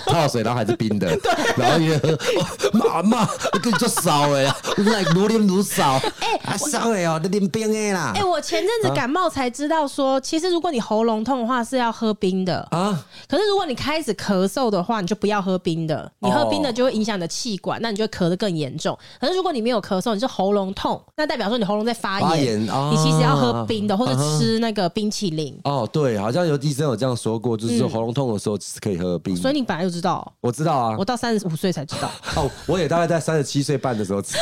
S2: 泡水然后还是 冰的，然后也喝，哦妈妈，你跟你做烧的呀，来如啉如烧，哎，啊烧的哦，你啉冰的啦
S1: 哎、，我前阵
S2: 啊
S1: 子感冒才知道说，其实如果你喉咙痛的话是要喝冰的，
S2: 啊，
S1: 可是如果你开始咳嗽的话，你就不要喝冰的，
S2: 哦
S1: 你喝冰的就会影响你的气管，那你就会咳得更严重。可是如果你没有咳嗽，你是喉咙痛，那代表说你喉咙在发炎，
S2: 发炎啊
S1: 你其实要喝冰的或者
S2: 啊哈
S1: 吃那个冰淇淋，
S2: 哦，对，好像有医生有这样说过，就是说喉咙痛的时候是可以喝冰，
S1: 嗯所以你本来就知道。
S2: 我知道啊
S1: 我，到三十五岁才知道，啊
S2: 哦，我也大概在三十七岁半的时候吃，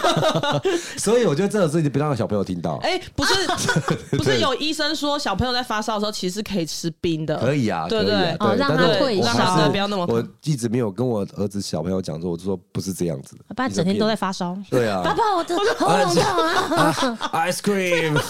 S2: 所以我觉得这种事情不让小朋友听到，
S3: 哎，不是，不是有医生说小朋友在发烧的时候其实可以吃冰的，
S2: 可以啊，
S3: 对
S2: 可以啊
S3: 对
S1: 哦
S2: 对，
S1: 让
S2: 但
S1: 他
S2: 是我
S1: 退
S2: 我
S1: 烧
S2: 还是
S3: 不要那么
S2: 我一直没有跟我儿子小朋友讲说，我就说不是这样子，
S1: 不然整天都在发烧。
S2: 对啊，
S1: 爸 爸，我的喉咙痛 啊！
S2: ice cream，ice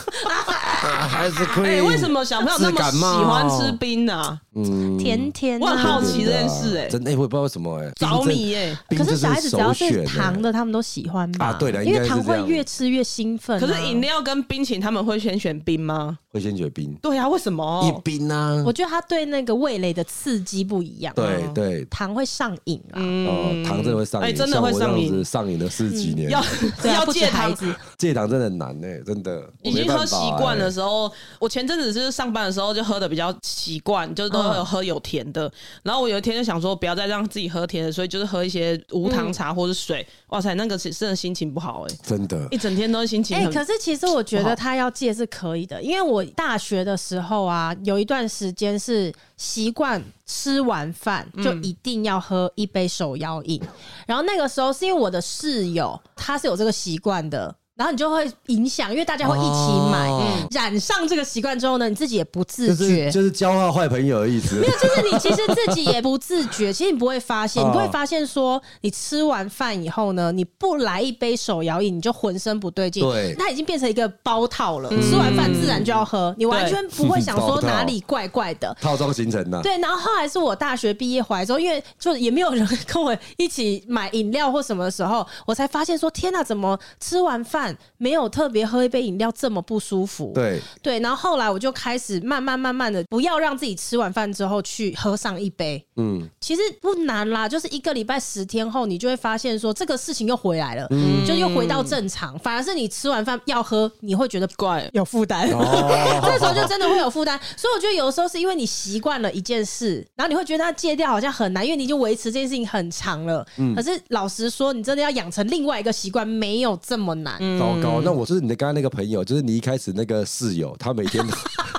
S2: cream，
S3: 哎，为什么小朋友那么喜欢吃？冰啊呢？
S2: 嗯
S1: 甜甜啊、
S3: 我很好
S2: 是感冒
S3: 奇这件事哎
S2: 真的，哎我也不知道为什么，哎，
S3: 着迷哎
S2: 冰
S1: 可
S2: 镇，
S1: 是小
S2: 冰
S1: 孩子只要
S2: 这
S1: 是
S2: 首选
S1: 糖，的，他们都喜欢吧？
S2: 啊对了
S1: 因
S2: 应该
S1: 为
S2: 是
S1: 糖
S2: 这
S1: 会
S2: 样
S1: 越吃越兴奋、啊
S3: 可是饮，料跟冰淇淋他们会先选冰吗？
S2: 会先觉冰，
S3: 对啊呀，为什
S2: 一
S3: 么？
S2: 冰啊，
S1: 我觉得它对那个味蕾的刺激不一样。啊
S2: 对对。
S1: 糖会上瘾啊。
S2: 哦，糖真的会上瘾，
S3: 哦哎真的会
S2: 像我
S3: 上
S2: 这样
S3: 瘾嗯
S2: 子上瘾了四十几年，
S3: 要
S1: 对啊
S3: 要
S1: 不止
S3: 戒
S1: 孩
S3: 糖
S1: 子
S2: 戒糖真的很难呢，真的。我
S3: 已
S2: 没
S3: 经
S2: 办
S3: 喝习
S2: 法
S3: 惯
S2: 哎
S3: 的时候，我前阵子就是上班的时候就喝的比较习惯，就是都有喝有甜的。然后我有一天就想说，不要再让自己喝甜的，所以就是喝一些无糖茶或是水。
S2: 嗯
S3: 哇塞，那个是真的心情不好哎、
S2: 真的
S3: 一整天都是心情
S1: 哎、
S3: 很。
S1: 可是其实我觉得他要戒是可以的，因为我大学的时候啊，有一段时间是习惯吃完饭就一定要喝一杯手摇饮，然后那个时候是因为我的室友他是有这个习惯的。然后你就会影响，因为大家会一起买，嗯
S2: 哦
S1: 染上这个习惯之后呢，你自己也不
S2: 就
S1: 自
S2: 是
S1: 觉，
S2: 就是交换坏朋友的意思。
S1: 就是你其实自己也不自觉，其实你不会发现，
S2: 哦
S1: 你不会发现说你吃完饭以后呢，你不来一杯手摇饮，你就浑身不对劲。
S2: 对
S1: 它已经变成一个包套了。吃完饭自然就要喝，你完全不会想说
S2: 包套嗯
S1: 哪里怪怪的。
S2: 套装行程呐、
S1: 对，然后后来是我大学毕业回来之后，因为就也没有人 跟我一起买饮料或什么的时候，我才发现说天哪、怎么吃完饭没有特别喝一杯饮料这么不舒服？
S2: 对
S1: 对，然后后来我就开始慢慢慢慢的，不要让自己吃完饭之后去喝上一杯。
S2: 嗯，
S1: 其实不难啦，就是一个礼拜十天后，你就会发现说这个事情又回来了，
S2: 嗯
S1: 就又回到正常。反而是你吃完饭要喝，你会觉得
S3: 怪
S1: 有负担。
S2: 哦，
S1: 这时候就真的会有负担，所以我觉得有的时候是因为你习惯了一件事，然后你会觉得它戒掉好像很难，因为你已经维持这件事情很长了。
S2: 嗯
S1: 可是老实说，你真的要养成另外一个习惯，没有这么难。
S2: 糟糕，那我就是你的刚刚那个朋友，就是你一开始那个室友，他每 天，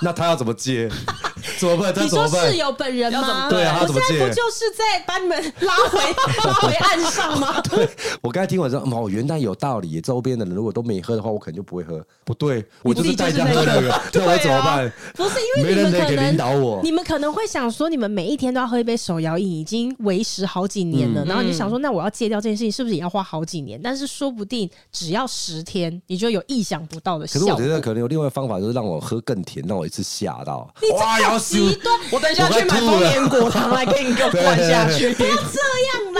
S2: 那他要怎么接？ 怎么办？他
S1: 你
S2: 怎
S1: 说
S2: 么办
S1: 室？友本人
S3: 要怎么
S1: 吗？
S3: 对
S2: 啊他
S1: 我
S2: 怎么
S1: 现在
S2: 戒
S1: 不就是在把你们拉回 拉回岸上吗？
S2: 我刚才听完之后，嗯哦，原来有道理。周边的人如果都没喝的话，我可能就不会喝。不对，我就是带人家喝那个，那我怎么办？
S1: 不是啊因为
S2: 没
S1: 你
S2: 人
S1: 们
S2: 可
S1: 可
S2: 以领导
S1: 能。
S2: 我
S1: 你。们可能会想说，你们每一天都要喝一杯手摇饮，已经维持好几年
S2: 嗯
S1: 了。然后你就想说，那我要戒掉这件事情，是不是也要花好几年？但是说不定只要十天，你就有意想不到的
S2: 可
S1: 效
S2: 是我
S1: 果。
S2: 觉得可能有另外一个方法，就是让我喝更甜，让我一次吓到。哇，摇
S1: 啊
S2: 输。
S3: 我等一下
S2: 我快
S3: 去买
S2: 吐
S3: 丰
S2: 了
S3: 年果糖来给你给我灌下 去。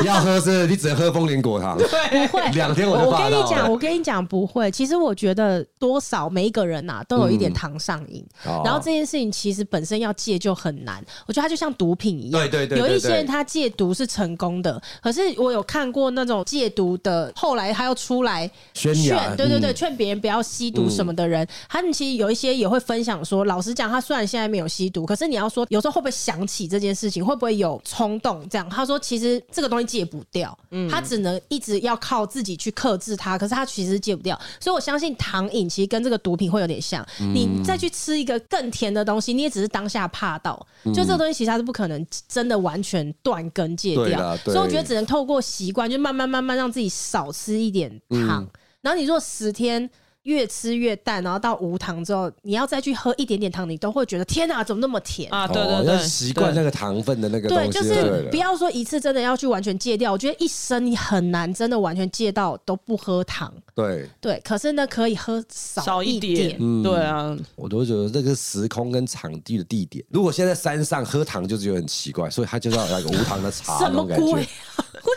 S2: 要喝真的，你只能喝丰年果糖，
S3: 对，
S1: 会
S2: 两天我就
S1: 我
S2: 霸
S1: 跟你
S2: 道
S1: 讲，
S2: 了。
S1: 我跟你讲不会。其实我觉得多少每一个人呐、都有一点糖上瘾，
S2: 嗯哦
S1: 然后这件事情其实本身要戒就很难。我觉得它就像毒品一样，
S2: 对对对对
S1: 有一些人他戒毒是成功的，可是我有看过那种戒毒的，后来他又出来
S2: 宣扬
S1: 劝，
S2: 嗯
S1: 对对对，劝别人不要吸毒什么的人，他们其实有一些也会分享说，老实讲，他虽然现在没有吸毒，可是你要说有时候会不会想起这件事情，会不会有冲动？这样他说，其实这个东西戒不掉，
S2: 嗯
S1: 他只能一直要靠自己去克制它，可是他其实戒不掉，所以我相信糖瘾其实跟这个毒品会有点像，
S2: 嗯
S1: 你再去吃一个更甜的东西，你也只是当下怕到，
S2: 嗯
S1: 就这个东西其实它是不可能真的完全断根戒
S2: 对
S1: 掉
S2: 啦，
S1: 所以我
S2: 对
S1: 觉得只能透过习惯，就慢慢慢慢让自己少吃一点
S2: 嗯
S1: 糖。然后你若十天越吃越淡，然后到无糖之后，你要再去喝一点点糖，你都会觉得天哪、怎么那么甜？
S3: 啊，
S2: 哦
S3: 对对
S2: 要
S3: 对，
S2: 习惯那
S3: 对
S2: 个糖分的那个
S1: 对，
S2: 东西
S1: 就
S2: 就对了，
S1: 是不要说一次真的要去完全戒掉，我觉得一生你很难真的完全戒到都不喝糖。
S2: 对。
S1: 对，可是呢，可以喝少
S3: 少一
S1: 点
S3: 点。，
S2: 嗯
S3: 对啊，
S2: 我都觉得这个时空跟场地的地点，如果现在山上喝糖就觉得很奇怪，所以他就是要来个无糖的 茶
S1: 什
S2: 那
S1: 么
S2: 种感觉
S1: 鬼、啊？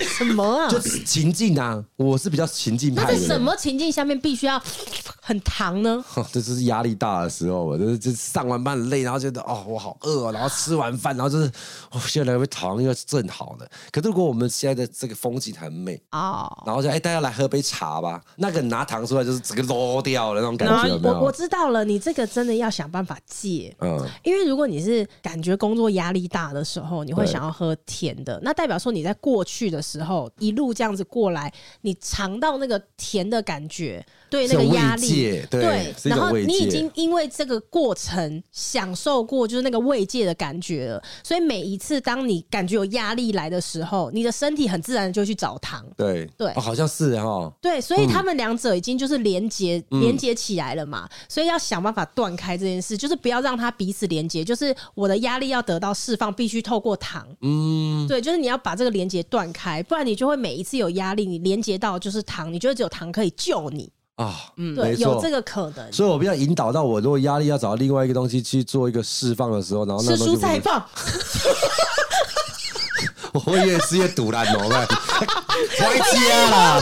S1: 为什么啊？
S2: 就是情境啊，我是比较情境
S1: 那在
S2: 派的人。
S1: 什么情境下面必须要很糖呢？
S2: 这就是压力大的时候吧，就是就是上完班很累，然后觉得哦我好饿、哦，然后吃完饭，然后就是哦现在来杯糖又是正好的。可是如果我们现在的这个风景很美，
S1: 哦，
S2: 然后就哎大家来喝杯茶吧，那个拿糖出来就是整个漏掉了那种感
S3: 然后
S2: 觉，有没
S1: 我我
S2: 有？
S1: 知道了，你这个真的要想办法戒。
S2: 嗯，
S1: 因为如果你是感觉工作压力大的时候，你会
S2: 对
S1: 想要喝甜的，那代表说你在过去的时候一路这样子过来，你尝到那个甜的感觉，对那个
S2: 是
S1: 压
S2: 慰
S1: 力
S2: 藉，对是一
S1: 然
S2: 种
S1: 后
S2: 慰
S1: 你已
S2: 藉
S1: 经因为这个过程享受过就是那个慰藉的感觉了，所以每一次当你感觉有压力来的时候，你的身体很自然地就会去找糖。
S2: 对
S1: 对
S2: 哦好像是哈。
S1: 对，所以
S2: 嗯
S1: 他们两者已经就是连接、连接起来了嘛，所以要想办法断开这件事，就是不要让它彼此连接。就是我的压力要得到释放，必须透过糖。
S2: 嗯，
S1: 对，就是你要把这个连接断开，不然你就会每一次有压力，你连接到就是糖，你觉得只有糖可以救你。
S2: 啊，
S1: 对
S2: 没，
S1: 嗯
S2: 错
S1: 有这个可能。
S2: 所以我比较引导到我，如果压力要找到另外一个东西去做一个释放的时候，然哦后那
S1: 吃
S2: 东西
S1: 蔬
S2: 不
S1: 菜
S2: 是
S1: 放，
S2: 我会越吃越堵烂哦， 喂回家啦，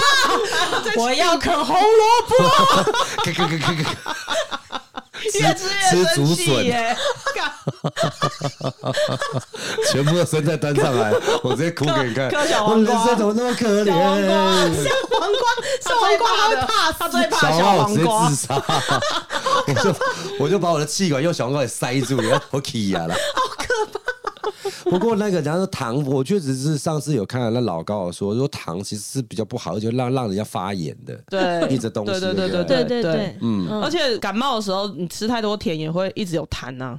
S1: 我要啃红
S2: 咯咯咯咯咯
S3: 越吃
S2: 吃
S3: 越生
S2: 竹
S3: 气
S2: 笋
S3: 耶，
S2: 全部的生菜端 上来，我直接哭给你看。
S3: 割割小
S2: 我
S3: 黄
S2: 人
S3: 瓜
S2: 生怎么那么可
S1: 小黄瓜，
S2: 怜？
S1: 小黄瓜，小黄瓜他会怕死，
S3: 他最怕
S2: 小
S3: 小
S2: 黄瓜我直
S3: 黄
S2: 接
S3: 瓜
S2: 自。杀，我就 我就把我的气管用小黄瓜给塞住，然后我起呀了。好可怕！不过那个，然后糖，我确实是上次有看到那老高有说，说糖其实是比较不好，而且让让人家发炎的。
S3: 对，
S2: 一直东西
S3: 对对
S2: 对
S3: 对
S2: 不
S1: 对
S2: 对
S3: 对
S1: 对对，哦
S3: 嗯，而且感冒的时候，你吃太多甜也会一直有痰呐、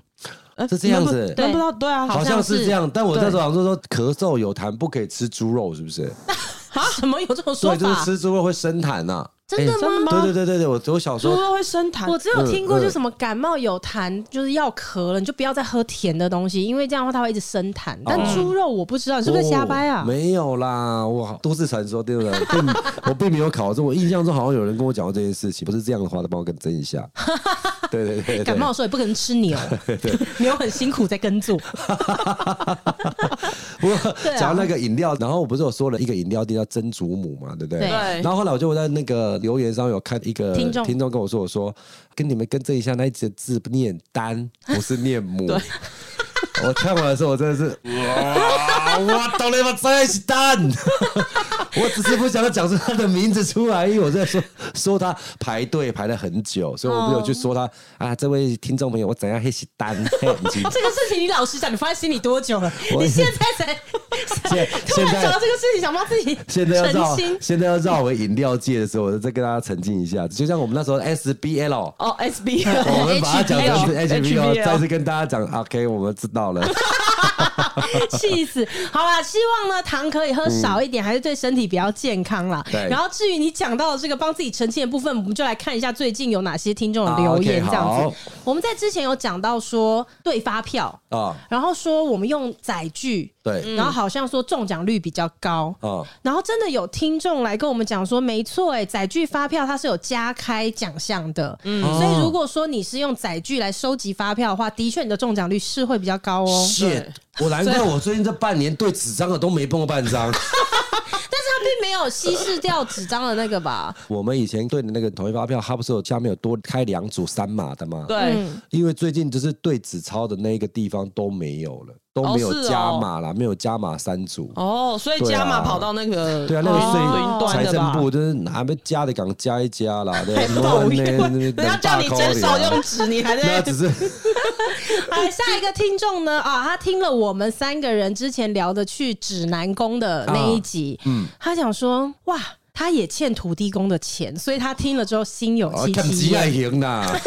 S3: 呃
S2: 哦是这样子
S3: 你们不你们不知道对啊，
S2: 好像
S1: 像
S2: 是
S1: 是
S2: 这样，但我那时候好像说说咳嗽有痰不可以吃猪肉，是不是？
S1: 啊，怎么有这种说
S2: 对，就是
S1: 法？
S2: 吃猪肉会生痰呐、
S1: 真的
S2: 哎
S1: 吗
S2: 对对对对对，我我小时
S3: 猪
S2: 候
S3: 肉会生痰，
S1: 我只有听过，
S2: 嗯嗯
S1: 就是什么感冒有痰，就是要咳了，你就不要再喝甜的东西，因为这样的话它会一直生痰。但猪肉我不知道，你是不是瞎掰啊
S2: 哦？没有啦，我都市传说对不对？并 我并没有考证，我印象中好像有人跟我讲过这件事情，不是这样的话，再帮我更正 一下。对对对对
S1: 感冒的时候也不可能吃 牛，牛很辛苦在耕作。哦
S2: 不过
S1: 对啊
S2: 讲到那个饮料，然后我不是有说了一个饮料店叫曾祖母嘛，对不对？
S1: 对
S3: 对
S2: 然后后来我就在那个留言上有看一个
S1: 听众
S2: 听众跟我说，我说跟你们更正一下，那一集的字不念丹，不是念母。我看完的时候，我真的是，哇，我懂了吗？这是蛋。我只是不想要讲出他的名字出来，因为我在说说他排队排了很久，所以我没有去说他、啊。这位听众朋友，我怎样黑是丹？嘿已经
S1: 这个事情你老实讲，你放在心里多久了？
S2: 我
S1: 你现在才
S2: 现
S1: 突
S2: 现
S1: 然
S2: 在
S1: 想到这个事情，想帮自己
S2: 现在要绕
S1: 澄清，。
S2: 现在要绕回饮料界的时候，我再跟大家澄清一下，就像我们那时候 SBL，
S3: 哦，SB，
S2: 我们把它讲成是
S3: HBL
S2: HBO，再次跟大家讲，OK，我们知道了。
S1: 气死！好啦，希望呢糖可以喝少一点，还是对身体比较健康啦。
S2: 对
S1: 然后至于你讲到的这个帮自己澄清的部分，我们就来看一下最近有哪些听众的留言
S2: 啊好，OK，
S1: 这样子。
S2: 好
S1: 我们在之前有讲到说对发票，
S2: 啊，
S1: 然后说我们用载具，嗯
S2: 对，
S1: 然后好像说中奖率比较高。
S2: 啊，
S1: 然后真的有听众来跟我们讲说，没错，哎，载具发票它是有加开奖项的，嗯，所以如果说你是用载具来收集发票的话，的确你的中奖率是会比较高哦。
S2: 谢，我难怪我最近这半年对纸张的都没碰过半张。
S1: 但是它并没有稀释掉纸张的那个 吧？
S2: 我们以前对的那个统一发票，它不是有下面有多开两组三码的吗？
S3: 对，
S2: 因为最近就是对纸钞的那个地方都没有了，都没
S3: 哦是
S2: 有
S3: 哦
S2: 加码啦，没有加码三组。
S3: 哦，所以
S2: 对啊
S3: 加码跑到那个
S2: 对啊，那个税
S3: 云端
S2: 财
S3: 的
S2: 政
S3: 吧。
S2: 部就是哪边加的港加一加啦，对，
S1: 还抱怨
S2: 那那
S3: 人家叫你
S2: 啊
S3: 减少用纸，你还
S2: 那
S3: 在
S2: 只是
S1: 哎，下一个听众呢？啊，他听了我们三个人之前聊的去指南宫的那一集，嗯，他想说，哇，他也欠土地公的钱，所以他听了之后心有
S2: 哦
S1: 戚
S2: 看
S1: 戚
S2: 急爱
S1: 焉。
S2: 型啦，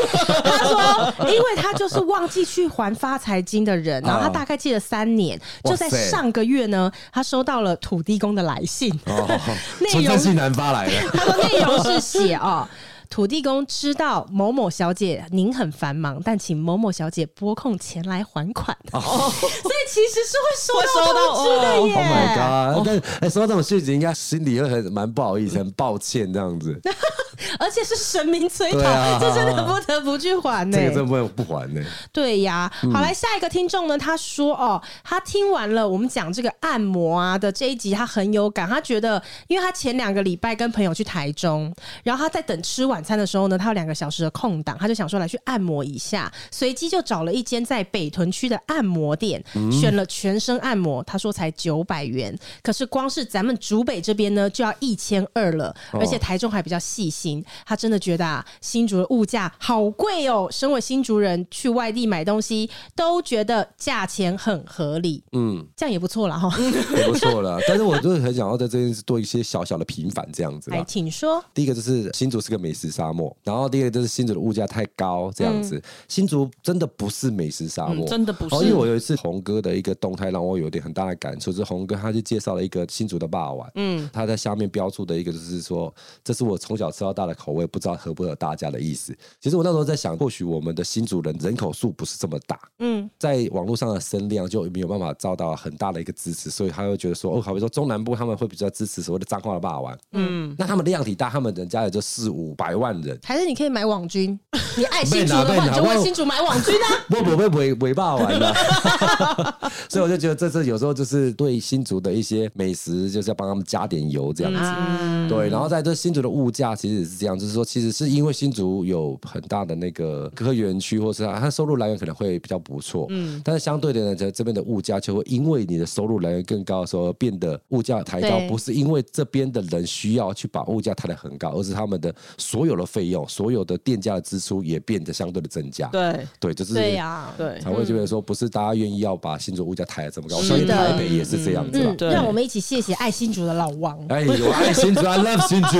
S1: 他说，因为他就是忘记去还发财金的人，然后他大概记了三年，就在
S2: 哦哇塞
S1: 上个月呢，他收到了土地公的来信，
S2: 哦，
S1: 内
S2: 纯
S1: 容
S2: 正性南发来的，
S1: 他说内容是写哦。 土地公知道某某小姐您很繁忙，但请某某小姐拨空前来还款。哦，所以其实是会收到哦通知的耶。
S2: Oh my god！但哎，说到这种事情，应该心里会很蛮不好意思，很抱歉这样子。
S1: 而且是神明催讨，
S2: 对啊
S1: 这真的不得不去还呢、
S2: 这个真不不还呢。
S1: 对呀，好来，下一个听众呢，他说哦，他听完了我们讲这个按摩啊的这一集，他很有感，他觉得，因为他前两个礼拜跟朋友去台中，然后他在等吃晚餐的时候呢，他有两个小时的空档，他就想说来去按摩一下，随机就找了一间在北屯区的按摩店，选了全身按摩，他说才九百元，可是光是咱们竹北这边呢就要一千二了，而且台中还比较细心，他真的觉得啊，新竹的物价好贵哦。身为新竹人，去外地买东西都觉得价钱很合理，嗯，这样也不错啦哈。
S2: 也不错了。但是我就是很想要在这件事做一些小小的平反，这样子
S1: 来，
S2: 啦。
S1: 请说。
S2: 第一个就是新竹是个美食沙漠，然后第二个就是新竹的物价太高，这样子。新竹真的不是美食沙漠，
S3: 嗯真的不是
S2: 哦因为我有一次红哥的一个动态让我有点很大的感触，就是红哥他就介绍了一个新竹的霸王，嗯，他在下面标注的一个就是说，这是我从小吃到大的口味，不知道合不合大家的意思。其实我那时候在想，或许我们的新竹人人口数不是这么大，在网络上的声量就没有办法遭到很大的一个支持，所以他会觉得说，哦，好比说中南部他们会比较支持所谓的脏话的霸王，嗯，那他们量体大，他们人家也就四五百万人，
S1: 还是你可以买网军，你爱新竹
S2: 被
S1: 的
S2: 拿
S1: 话，
S2: 被
S1: 你
S2: 拿
S1: 就为
S2: 我
S1: 新竹买网军啊。
S2: 我不会尾尾霸王了， 所以我就觉得这次有时候就是对新竹的一些美食，就是要帮他们加点油这样子。
S1: 嗯
S2: 对，然后在这新竹的物价其实也是这样，就是说其实是因为新竹有很大的那个科学园区，或是它它收入来源可能会比较不错，嗯，但是相对的呢，这这边的物价就会因为你的收入来源更高的时候，变得物价抬高
S1: 对，
S2: 不是因为这边的人需要去把物价抬得很高，而是他们的所有的费用、所有的店家的支出也变得相对的增加，
S3: 对
S2: 对，就是
S1: 对啊呀、
S3: 对啊
S2: 才会觉得说不是大家愿意要把新竹物价抬得这么高，
S1: 嗯
S2: 我
S1: 是
S2: 相信
S1: 的
S2: 台北也是这样子啦
S1: 嗯。，
S3: 对
S1: 让我们一起谢谢爱新竹的老王。
S2: 哎，我爱新竹，I love 新竹。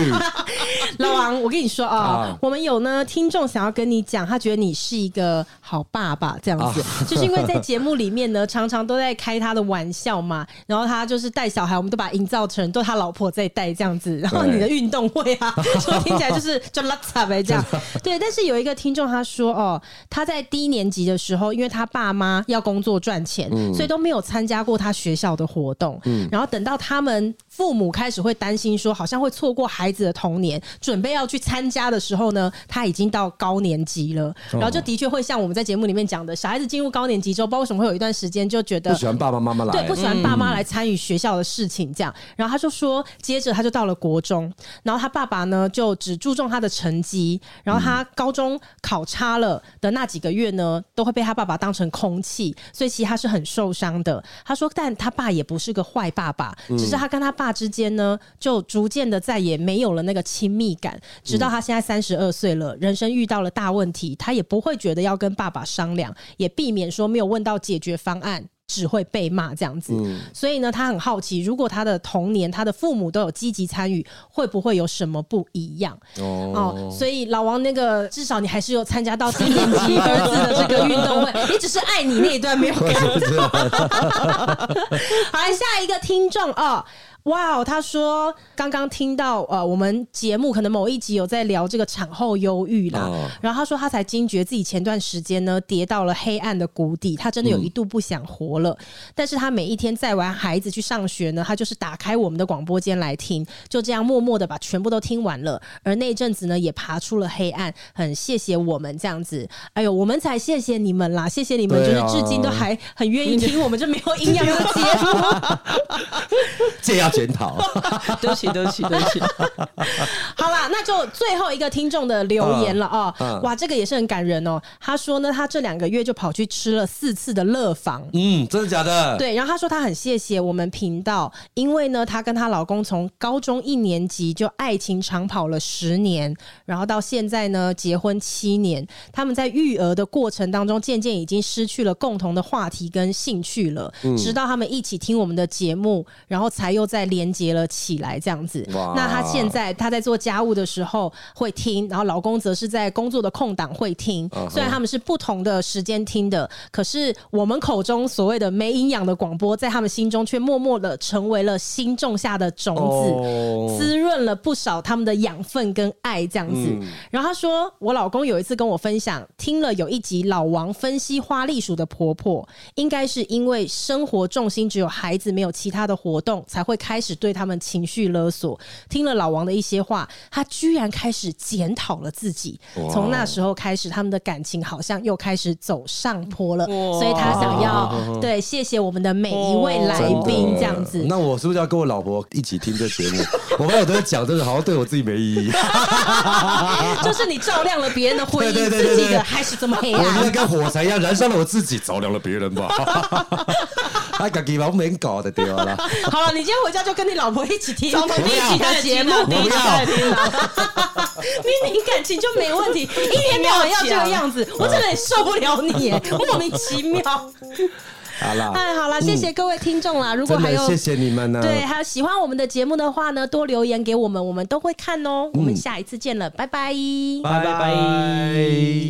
S1: 老王，我跟你说啊、
S2: 啊
S1: 我们有呢听众想要跟你讲，他觉得你是一个好爸爸这样子，就是因为在节目里面呢，常常都在开他的玩笑嘛，然后他就是带小孩，我们都把他营造成都他老婆在带这样子，然后
S2: 对
S1: 你的运动会啊，就听起来就是就拉扯呗这样。对，但是有一个听众他说哦，他在低年级的时候，因为他爸妈要工作赚钱，所以都没有参加过他学校的活动，然后等到他们父母开始会担心说，好像会错过孩子的童年，准备要去参加的时候呢，他已经到高年级了，然后就的确会像我们在节目里面讲的，小孩子进入高年级之后，不知道为什么会有一段时间就觉
S2: 不
S1: 得
S2: 喜欢爸爸妈妈
S1: 对，
S2: 来
S1: 不，喜欢爸妈来参与学校的事情，这样。然后他就说，接着他就到了国中，然后他爸爸呢就只注重他的成绩，然后他高中考差了的那几个月呢，都会被他爸爸当成空气，所以其实他是很受伤的。他说，但他爸也不是个坏爸爸，只是他跟他爸之间呢，就逐渐的再也没有了那个亲密感，直到他现在三十二岁了，人生遇到了大问题，他也不会觉得要跟爸爸商量，也避免说没有问到解决方案。只会被骂这样子。所以呢，他很好奇，如果他的童年他的父母都有积极参与，会不会有什么不一样？哦，
S2: 哦，
S1: 所以老王那个至少你还是有参加到低年级儿子的这个运动会，你只是爱你那一段没有看到。 好，来下一个听众哦。哇哦，他说刚刚听到呃，我们节目可能某一集有在聊这个产后忧郁啦，
S2: 哦
S1: 然后他说他才惊觉自己前段时间呢跌到了黑暗的谷底，他真的有
S2: 嗯
S1: 一度不想活了。但是他每一天载完孩子去上学呢，他就是打开我们的广播间来听，就这样默默的把全部都听完了。而那一阵子呢，也爬出了黑暗，很谢谢我们这样子。哎呦，我们才谢谢你们啦，谢谢你们，
S2: 对啊
S1: 就是至今都还很愿意听我们这没有营养的节 目。
S2: 这要检 讨。
S3: 对不起，对不起，对不 起。
S1: 好啦，那就最后一个听众的留言了哦。
S2: 嗯嗯
S1: 哇，这个也是很感人哦。他说呢，他这两个月就跑去吃了四次的乐坊。
S2: 嗯，真的假的？
S1: 对，然后他说他很谢谢我们频道，因为呢，她跟她老公从高中一年级就爱情长跑了十年，然后到现在呢结婚七年，他们在育儿的过程当中，渐渐已经失去了共同的话题跟兴趣了，直到他们一起听我们的节目，然后才又再连接了起来，这样子。
S2: 哇
S1: 那她现在她在做家务的时候会听，然后老公则是在工作的空档会听
S2: 嗯，哼
S1: 虽然他们是不同的时间听的，可是我们口中所谓的没营养的广播，在他们心中却默默的成为了心种下的种子。
S2: 哦
S1: 滋润了不少他们的养分跟爱，这样子。
S2: 嗯
S1: 然后他说，我老公有一次跟我分享，听了有一集老王分析花栗鼠的婆婆，应该是因为生活重心只有孩子，没有其他的活动，才会开始对他们情绪勒索。听了老王的一些话，他居然开始检讨了自己。
S2: 哇
S1: 从那时候开始，他们的感情好像又开始走上坡了。
S2: 哦
S3: 哇
S1: 所以他想要对谢谢我们的每一位来
S2: 真的
S1: 宾，这样子。
S2: 那我是不是要跟我老婆一起听这节目？ 我发现我都在讲，真的好像对我自己没意 义。
S1: 就是你照亮了别人的婚姻，
S2: 对对对对
S1: 自己的
S2: 对
S1: 还是这么黑
S2: 我应该
S1: 暗。
S2: 跟火柴一样燃烧了我自己，照亮了别 人吧。 他自己把我们搞的对了，
S1: 好了，你今天回家就跟你老婆一起听，
S3: 从
S1: 第
S3: 第
S1: 一
S3: 一
S1: 集的
S3: 集开始
S1: 节
S3: 听
S1: 目
S3: 啊，
S1: 第
S3: 第
S1: 一集
S3: 一集
S1: 开
S3: 开
S1: 始
S3: 始
S1: 听明明感情就没问 题，一天到晚要这个样
S2: 嗯
S1: 子，我真的很受不了你耶，莫名其妙。
S2: 好啦，
S1: 哎，好了，谢谢各位听众啦，如果
S2: 嗯真
S1: 还有
S2: 的谢谢你们呢、啊
S1: 对，还有喜欢我们的节目的话呢，多留
S2: 嗯
S1: 言给我们，我们都会看哦。我们下一次见了，拜拜。
S2: 拜拜。